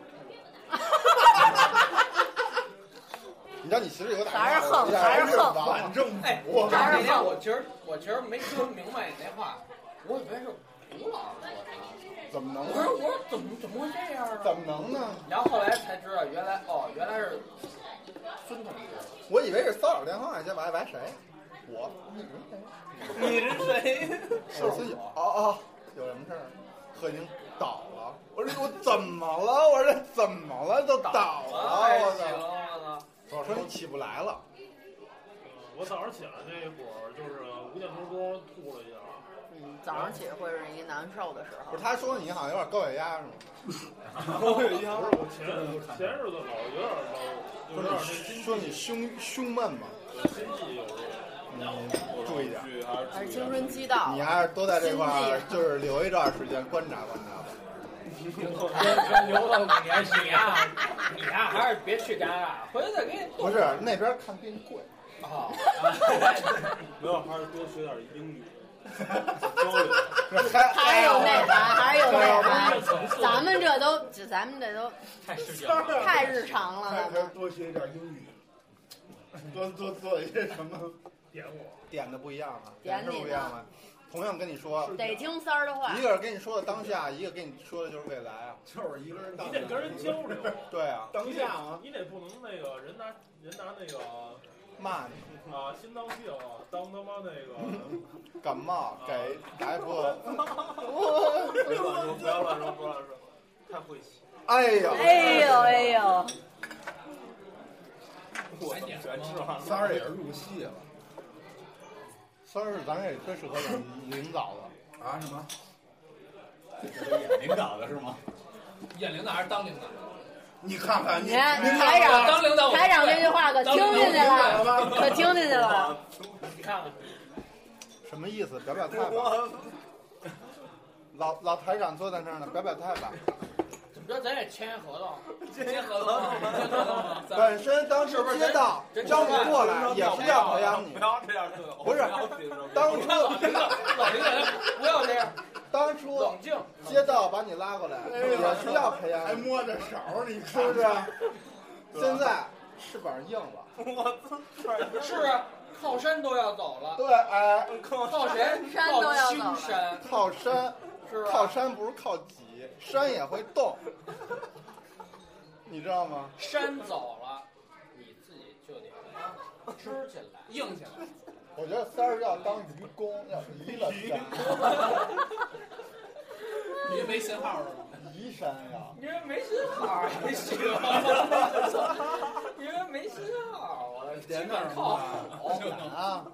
吐，
你知道你媳妇有打电话
还是横
一下
还是横
反啊正
哎，你知道那天我其实我其实没说明白你那话，我以为是吴老师说的。
怎么
我
能
说我说怎么怎么会这样啊？
怎么能呢？
然后后来才知道，原来哦，原来是孙同志。
我以为是骚扰电话，先把把谁？我你是谁？
你是谁？
我自己哦哦，有什么事儿？贺宁倒了，我说我怎么了？我说怎么了？都倒
哎
了，
行
我
我
操！
操！
我说你起不来了，
我早上起来那会儿就是五点多钟吐了一下，
嗯，早上起来会是一难受的时候
不。是他说你好像有点高血压是吗？
我有一我前前日子老有点老有
说
点那
你
心
说你胸胸闷嘛，
心悸有时候，
嗯，注意点儿，
还是青春期到
你
了，
还是多在这块儿
心悸
就是留一段时间观察观察吧。
留了五年
你呀、你呀、还是别去戛纳，回头再给你
不是那边看病 贵，
啊。
没有还是多学点英语，交流。
还
还
哎
有内涵，还有内涵
还有层次。
咱们这都，这咱们这都
太世界了，
太日常了，咱们。
哎多学一点英语，多多做一些什么。
点的不一样吗？
点
是
你
不一
呢
样吗？同样跟你说，
得听三儿的话
一。个是跟你说的当下，一个跟你说的就是未来啊，
就是一个人
你得跟人交流。
对啊，
当下啊
你得不能那个人拿人拿那个
骂
啊心脏病啊当他妈那个。
你感冒给来 不？
不要 乱说，不要乱说，不要 乱说，太晦气。
哎呦，
哎呦哎呦，
我全吃完
三儿也是入戏了
三儿咱也最适合领领导了。
啊？什么？
演领导的是吗？
演领导还是当领导？
你看看
你
你，
看
你
台
看
长
看
当领导我
台长这句话可听进去了，可听进去了。
你看看，
什么意思？表表态吧。老老台长坐在那儿呢，表表态吧。
怎么着？咱也签合同，签合同，签合同吧。咱
本身当时接到招你过来，也是要表扬你
不。要这样对我，
不是当初
老领导，老领导，不要这样，
当初
冷静。
街道把你拉过来，也是要培养
还
你，
摸着勺儿，你
是
看啊
不是
看？？
现在翅膀硬了，
是啊，靠山都要走了，
对，哎，
靠谁？
山都
靠
要走
青
了
山，
靠山，
是吧？
靠山不是靠挤，山也会动，你知道吗？
山走了，你自己就得支起来，硬起来。
我觉得三儿要当愚公，要移了 山，
你没信号了。
移山呀，
因为没信号儿还行，因为没信号儿，我点哪靠
好
谱？
点啊，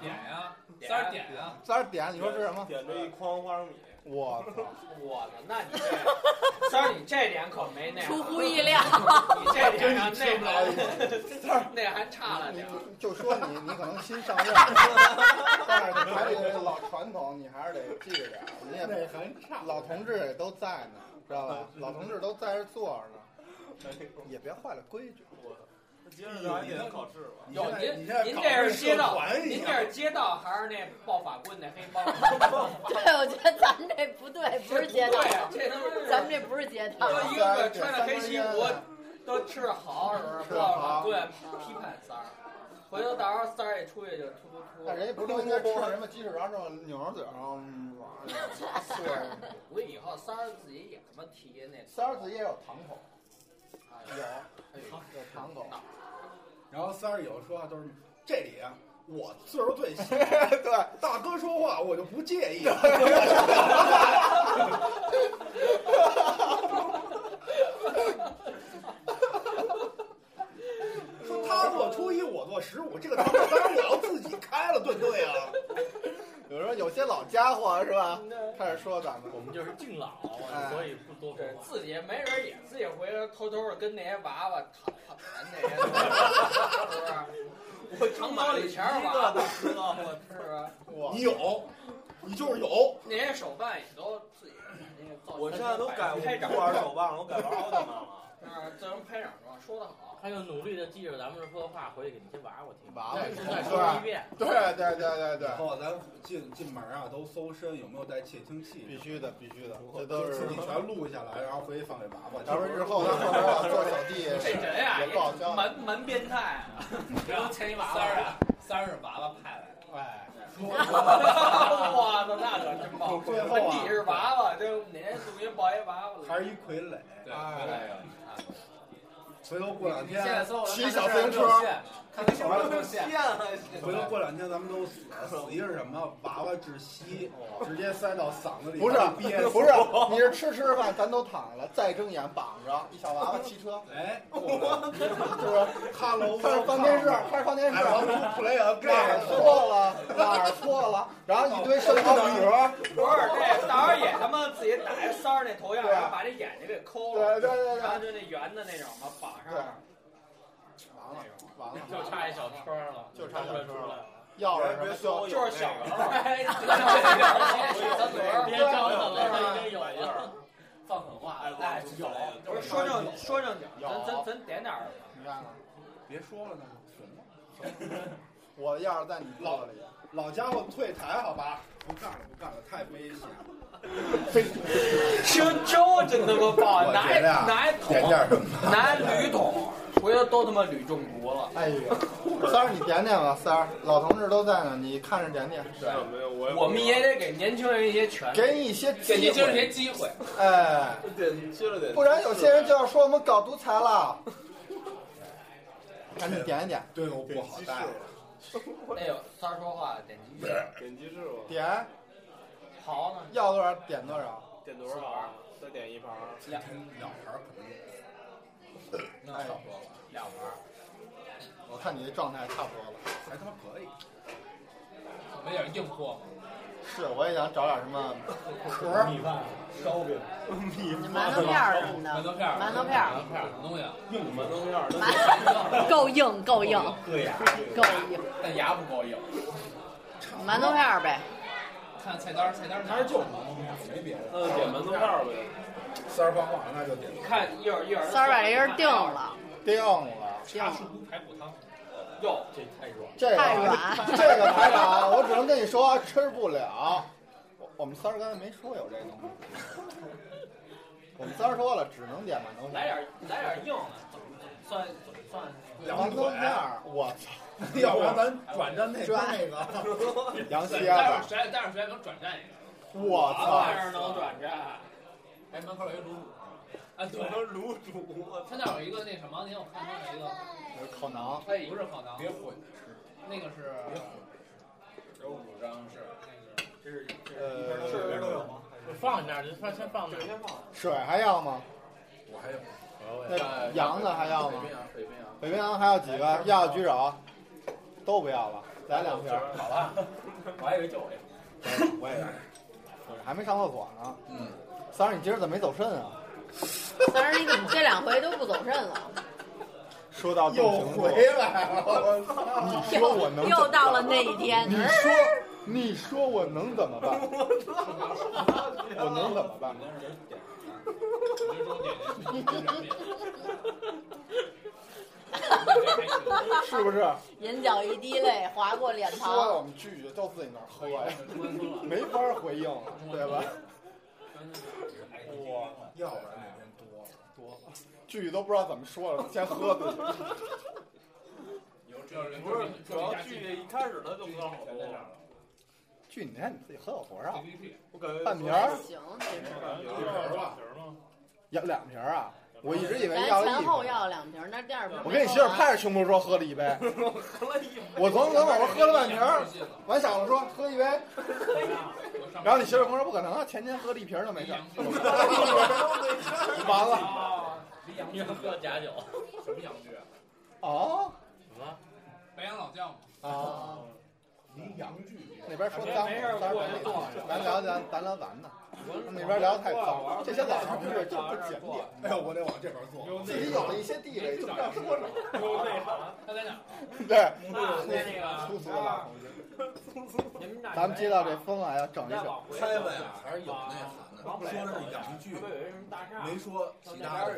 点呀，三点啊呀！
三儿点，你说是什么？
点着一筐花生米，
我操！
我的，那你这三儿，你这点可没那
出
样，
乎意料，
你这点上那还那还差了
你
点儿。
你就说你你可能新上任，但是你还得这老传统，你还是得记着点儿，你也
内涵差，
老同志也都在呢，知道吧？老同志都在这坐着呢，也别坏了规矩。
接着还得考试吧。
你
哟
现，在
您
你现在
您
搞
这
得
是街道
社，团一
您
样
这是街道还是那抱法棍那黑帮？
对，我觉得咱们这不对，不是街道，
对呀，这他妈是
咱们这不是街道
都。一个个穿着黑西服，都吃着蚝，是不是？
吃着蚝
对，批判三儿，回头到时候三儿一出去就突突突。
但人家不是都应该吃点什么鸡翅肠这种扭着嘴上嗯哇嗑着呢？
我以后三儿自己也他妈提那
三儿自己也有堂口，
哎
有有堂口，
然后三儿有时候说话都是这里啊，我岁数 最小，
对，
大哥说话我就不介意。说他做初一，我做十五，这个堂口当然我要自己开了，对不对啊？
有时候有些老家伙是吧？开始说咱们
我们就是敬老，
啊
哎
所以不多说
对，
话。
自己没人也自己回头偷偷的跟那些娃娃谈谈那些，是不是？我城堡里全是娃娃，是吧？
我
你有，你就是有。
那些手办也都自己那个造型。
我现在都改我
拍掌
不，玩手办了，我改玩奥特曼了。
那自行拍掌说说的好。
他就努力的记着咱们这说的话，回去给那些娃娃听，
娃娃
再
听
再
对
说一遍。
对对对对
以
对，
后咱进进门啊，都搜身有没有带窃听器
必，须的必须的，这都
就是自。己全录下来，然后回去放给娃娃。
要不日后他后边要做小弟，
这人呀、
也不好教。
蛮蛮变态啊！
然后前一娃三儿啊，三儿是娃娃派来的，
哎，
我操，那可真棒！
最后
我底
啊，
是娃娃，这哪天送一抱一娃娃
还
来？
是一傀儡。
对，对
哎
对
回头过两
你现在
天，
所有人
骑
看
小
他身上
自
没
行
有
车
线看他身上有没 有线。
回头过两天咱们都死了，死一是什么？娃娃窒息，
哦
直接塞到嗓子里，
不是
把你憋死
不是，你是吃吃饭，咱都躺了，再睁眼绑着一小娃娃骑 车，
哎，就是看了我
开始放电视，开始放电视，
哎，王不 play a
哪儿
game。
错了哪儿错了，然后一堆生蚝盒，
不是，这到时候也他妈自己打一三儿那头像，然后把这眼睛给抠了，
对对对对
然，后就那圆的那种嘛，绑上
对，完了完了，
就差一小车了，
就差小
车
车
了，
钥匙什么就
就是小时
啊
候，
别
小
招他了，
了
他应该有了。放狠话，
哎
有
不是说正说正经，咱咱咱点点儿。
你看看，
别说了，那就行了。
我的钥匙在你包里，
老家伙退台好吧？不干了，不干了，太危险了。
听周真他妈棒，
我
拿
觉
一
得呀
拿一桶
点，点什么？
拿一铝桶，
回头都他妈捋中毒了。
哎呀，三儿你点点吧，三儿，老同志都在呢，你看着点点。
对，我们也得给年轻人一些权利，
给你一些机会
给年轻人一些机会。
哎，
对，接着得
不然有些人就要说我们搞独裁了。赶紧点一点，
对我不好带。
那有三儿说话点击制，
点击制
点，
好呢，
要多少点多少。
点多少盘？再点一盘。
两
两盘可能。
那差不多了，两盘。
哎我看你这状态差不多了，
还他妈可以。
没点硬货吗？
是，我也想找点什么壳 儿
米饭、烧饼、
米
馒头片儿什么的，
馒头片儿，
馒头片
馒头片儿什么东西啊？
硬馒头片儿，
儿，够硬够硬，
对呀，
够硬，
但牙不够硬。
馒头片儿呗。
看菜单儿，菜单儿，它是就馒头片，
没别的。
那点馒头片儿呗。
三儿八卦，那就点。
看一会儿一会儿，
三儿把这人定了，
定了。
定了。
排骨汤。
哟，这太软。
这个
太软
这个排长，我只能跟你说啊吃不了。我我们三儿刚才没说有这个东西，我们三儿说了只能点馒头片
来
儿，
点来点硬的，怎么算怎么算？
馒头片儿，我 操！
要不然咱转战那边
转
那个。
羊蝎
待会儿
子，
谁待会儿谁能转战一个？
我操！
玩意儿能转战？
哎，门口有一卤煮。啊，对，
卤煮，我
他那儿有一个那什么，你我看他有一个，
有烤馕，
哎，不是烤馕，
别混着吃，
那个是
别混
肉骨章是那个。
这是
呃，
这边都有吗？
呃放你那儿，放先放那儿。
水还要吗？
我还有。呃
那羊的还要吗？
北冰洋，哎
北冰洋还要几个？要举手，都不要了，来两瓶儿。
好吧，我还以为就我一个。
我也来。
还没上厕所呢。嗯，三儿，你今儿怎么没走肾啊？
三儿，你怎么这两回都不走肾了？
说到
又
重情
回
作，
来了，我操！
你说我能怎么办
又到了那一天。
你说，你说我能怎么 办？我能怎么办？ 是不是？
眼角一滴泪划过脸
说了我
庞，
们拒绝，到自己那儿 喝呀，没法回应了，对吧？
要不然哪天多了。
句都不知道怎么说了，先喝自己。
不是，主要剧这一开始他就喝好多，
句，你看你自己喝有多少？
我感觉
半瓶儿，
行，其实
一瓶儿吧，
要两瓶儿啊？我一直以为
咱
要了一
前
瓶
后
儿。
要两瓶儿，那第二瓶儿没啊
我跟你媳妇
喝完
拍着胸脯说喝了一 杯，
喝了一
我昨天跟我说喝了半瓶儿，完小子说喝一杯，然后你媳妇跟我说不可能啊，前天喝了一瓶儿都没事儿， 完了
李阳月喝假酒，什么洋
啊
月？
哦
白羊老窖吗？
啊，
离洋剧
那边说脏，咱聊咱咱聊咱的，那边聊太脏，这些老同志就不检点，
哎呀，我得往这边坐。
自己有了一些地位就不知道说什么，
他在哪儿？
对，
那个
粗俗的老同志，
你们俩
咱们接到这风啊，要整一
再
整，
往回
开文啊，还是有内涵的。说的是洋剧
他，们有一什
没
么大厦，
说其他的。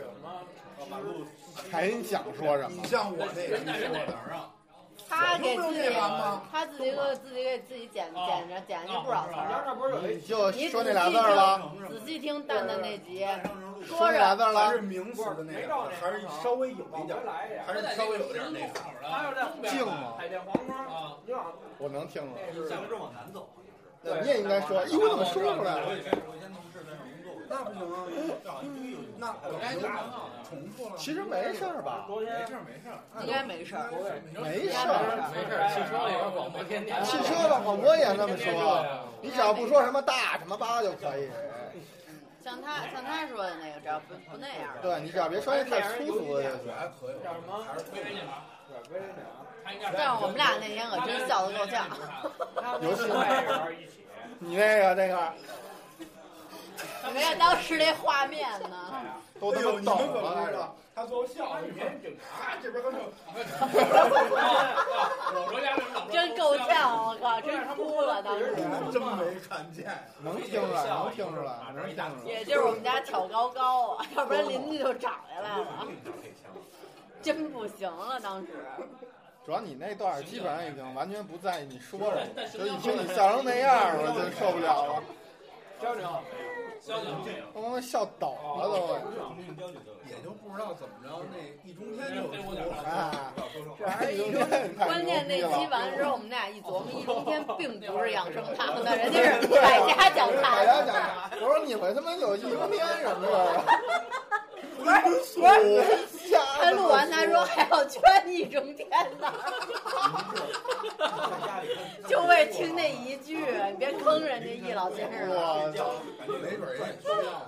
马路
还想说什
你
么？
像我那个
人在人哪儿啊？
他给自
有内
己
涵吗？
他自己给自己给自己剪
哦
剪着剪去不少词
你知道
儿。
那不是有
你
一
就
你
哦说那俩字儿了，嗯
仔细听蛋蛋那集，
说那俩字儿
还是
了，
名词的那
没
个
到，那
还是稍微有一
往
点
回，来一点
还，是稍微有点内涵。
他要在
静吗？
海淀皇宫，
啊，
你往
我能听了。
那是
不是往南走？
那你也应该说，咦，我怎么说出来了？
那不行啊，那我该重复了。
其实没事儿吧，
昨
没
天
事儿没事儿，
应该没事儿。
没事儿。
没事儿，汽车里边广播天天。
汽车的广播也那么说，你只要不说什么大什么八就可以。
像他像他说的那个，只要不不那样儿，
对你只要别说那太粗俗的就行。
还可以。
叫什么？
还是推荐
威廉啊，
他应 该
但是我们俩那天可真笑得够呛。
他
尤其
外人一起，
你那个那个
你们看当时那画面 呢？
哎
都他妈懂了还是？？
他说笑，你别警
啊
察这边 还有。
我说家人老
真够呛，我靠，真哭了当时。
真没看见，
能听出来，能听出来，能听出来。
也就是我们家挑高高啊，要不然邻居就找下来了，
嗯
真不行了当时。
主要你那段儿基本上已经完全不在意你说什么，就一听你笑成那样儿，我就受不了了。
交流。
我他妈笑倒了都。
哦也就不知道怎么着，那一中天就
飞
出
过点儿
哎，这还一中天太
关键那
牛逼了
期完了之后，我们俩一琢磨，易中天并不是养生堂 的，人家是百家讲坛。
百家讲坛，我说你们他妈有易中天什么的，
不
是我
他录完他说还要圈易中天呢， 就为听那一句，你别坑人家易老先生了。
没准儿人家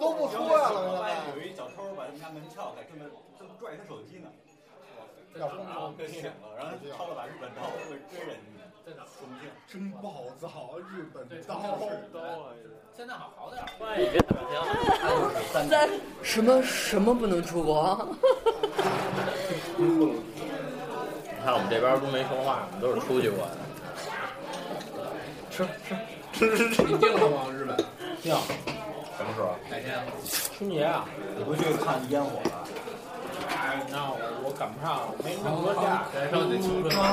都不出来了
我发现有一小偷把他们家门撬开，专门正拽他手机呢。
要
疯了，被醒了，然后掏了把日本刀，会追人家。
真暴躁，日本刀
现在好好点儿，
换一个怎么
行
三什么什么不能出国？
你看我们这边都没说话，我们都是出去过的。
吃吃吃，你定了吗？日本定，
什么时候？
改天。
春节啊！你不去看烟火了？
哎，那我我赶不上，没那么多假。燃烧你的青春吧，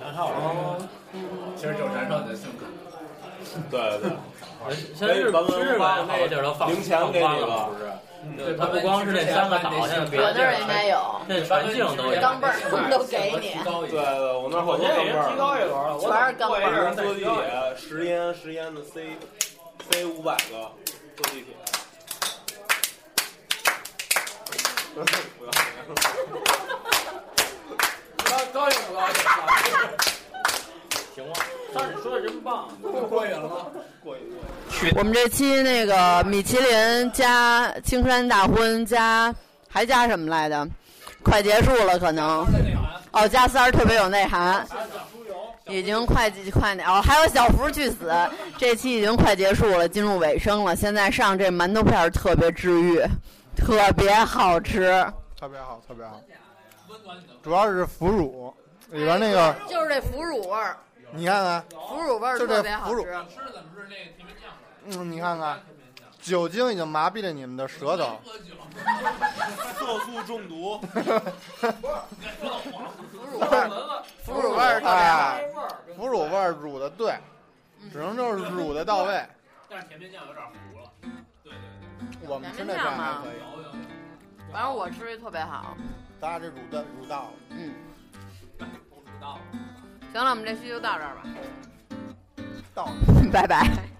燃烧我其实就燃烧你的青春。
对对。
现在日本其实日本好多地儿都放
零钱给你
放
了
不是？对，它不光是那三个岛，现在别的
我那
地
儿应该
儿，
有，
现在全境都有。
钢镚儿都给你。
对对，呃我那好多钢镚儿。能坐地铁，十烟十烟的 C C 五百个，坐地铁。不要。
高高兴不高兴？
行吗？
但是你说的真棒，过瘾了。
我们这期那个米其林加青山大婚加还加什么来的？快结束了，可能。哦，加三儿特别有内涵，已经快快点哦，还有小福去死，这期已经快结束了，进入尾声了。现在上这馒头片儿特别治愈，特别好吃。
特别好，特别好。主要是腐乳里边那个，
就是这腐乳味儿，
你看看，
腐乳味儿
就
特
这
别好
腐乳
吃。
嗯，你看看，酒精已经麻痹了你们的舌头。
色素中毒。
腐乳味儿，腐乳味儿特别好。
哎腐乳味儿乳的对，只能就是乳的到位。
但是甜面酱有点糊了。对对
我们吃
甜
那
面
这
酱
样
吗
还可以，
反正我吃的特别好。
咱俩这乳的乳到了。
嗯，
对，到了。
行了，我们这期就到这儿吧，
到了。
拜拜。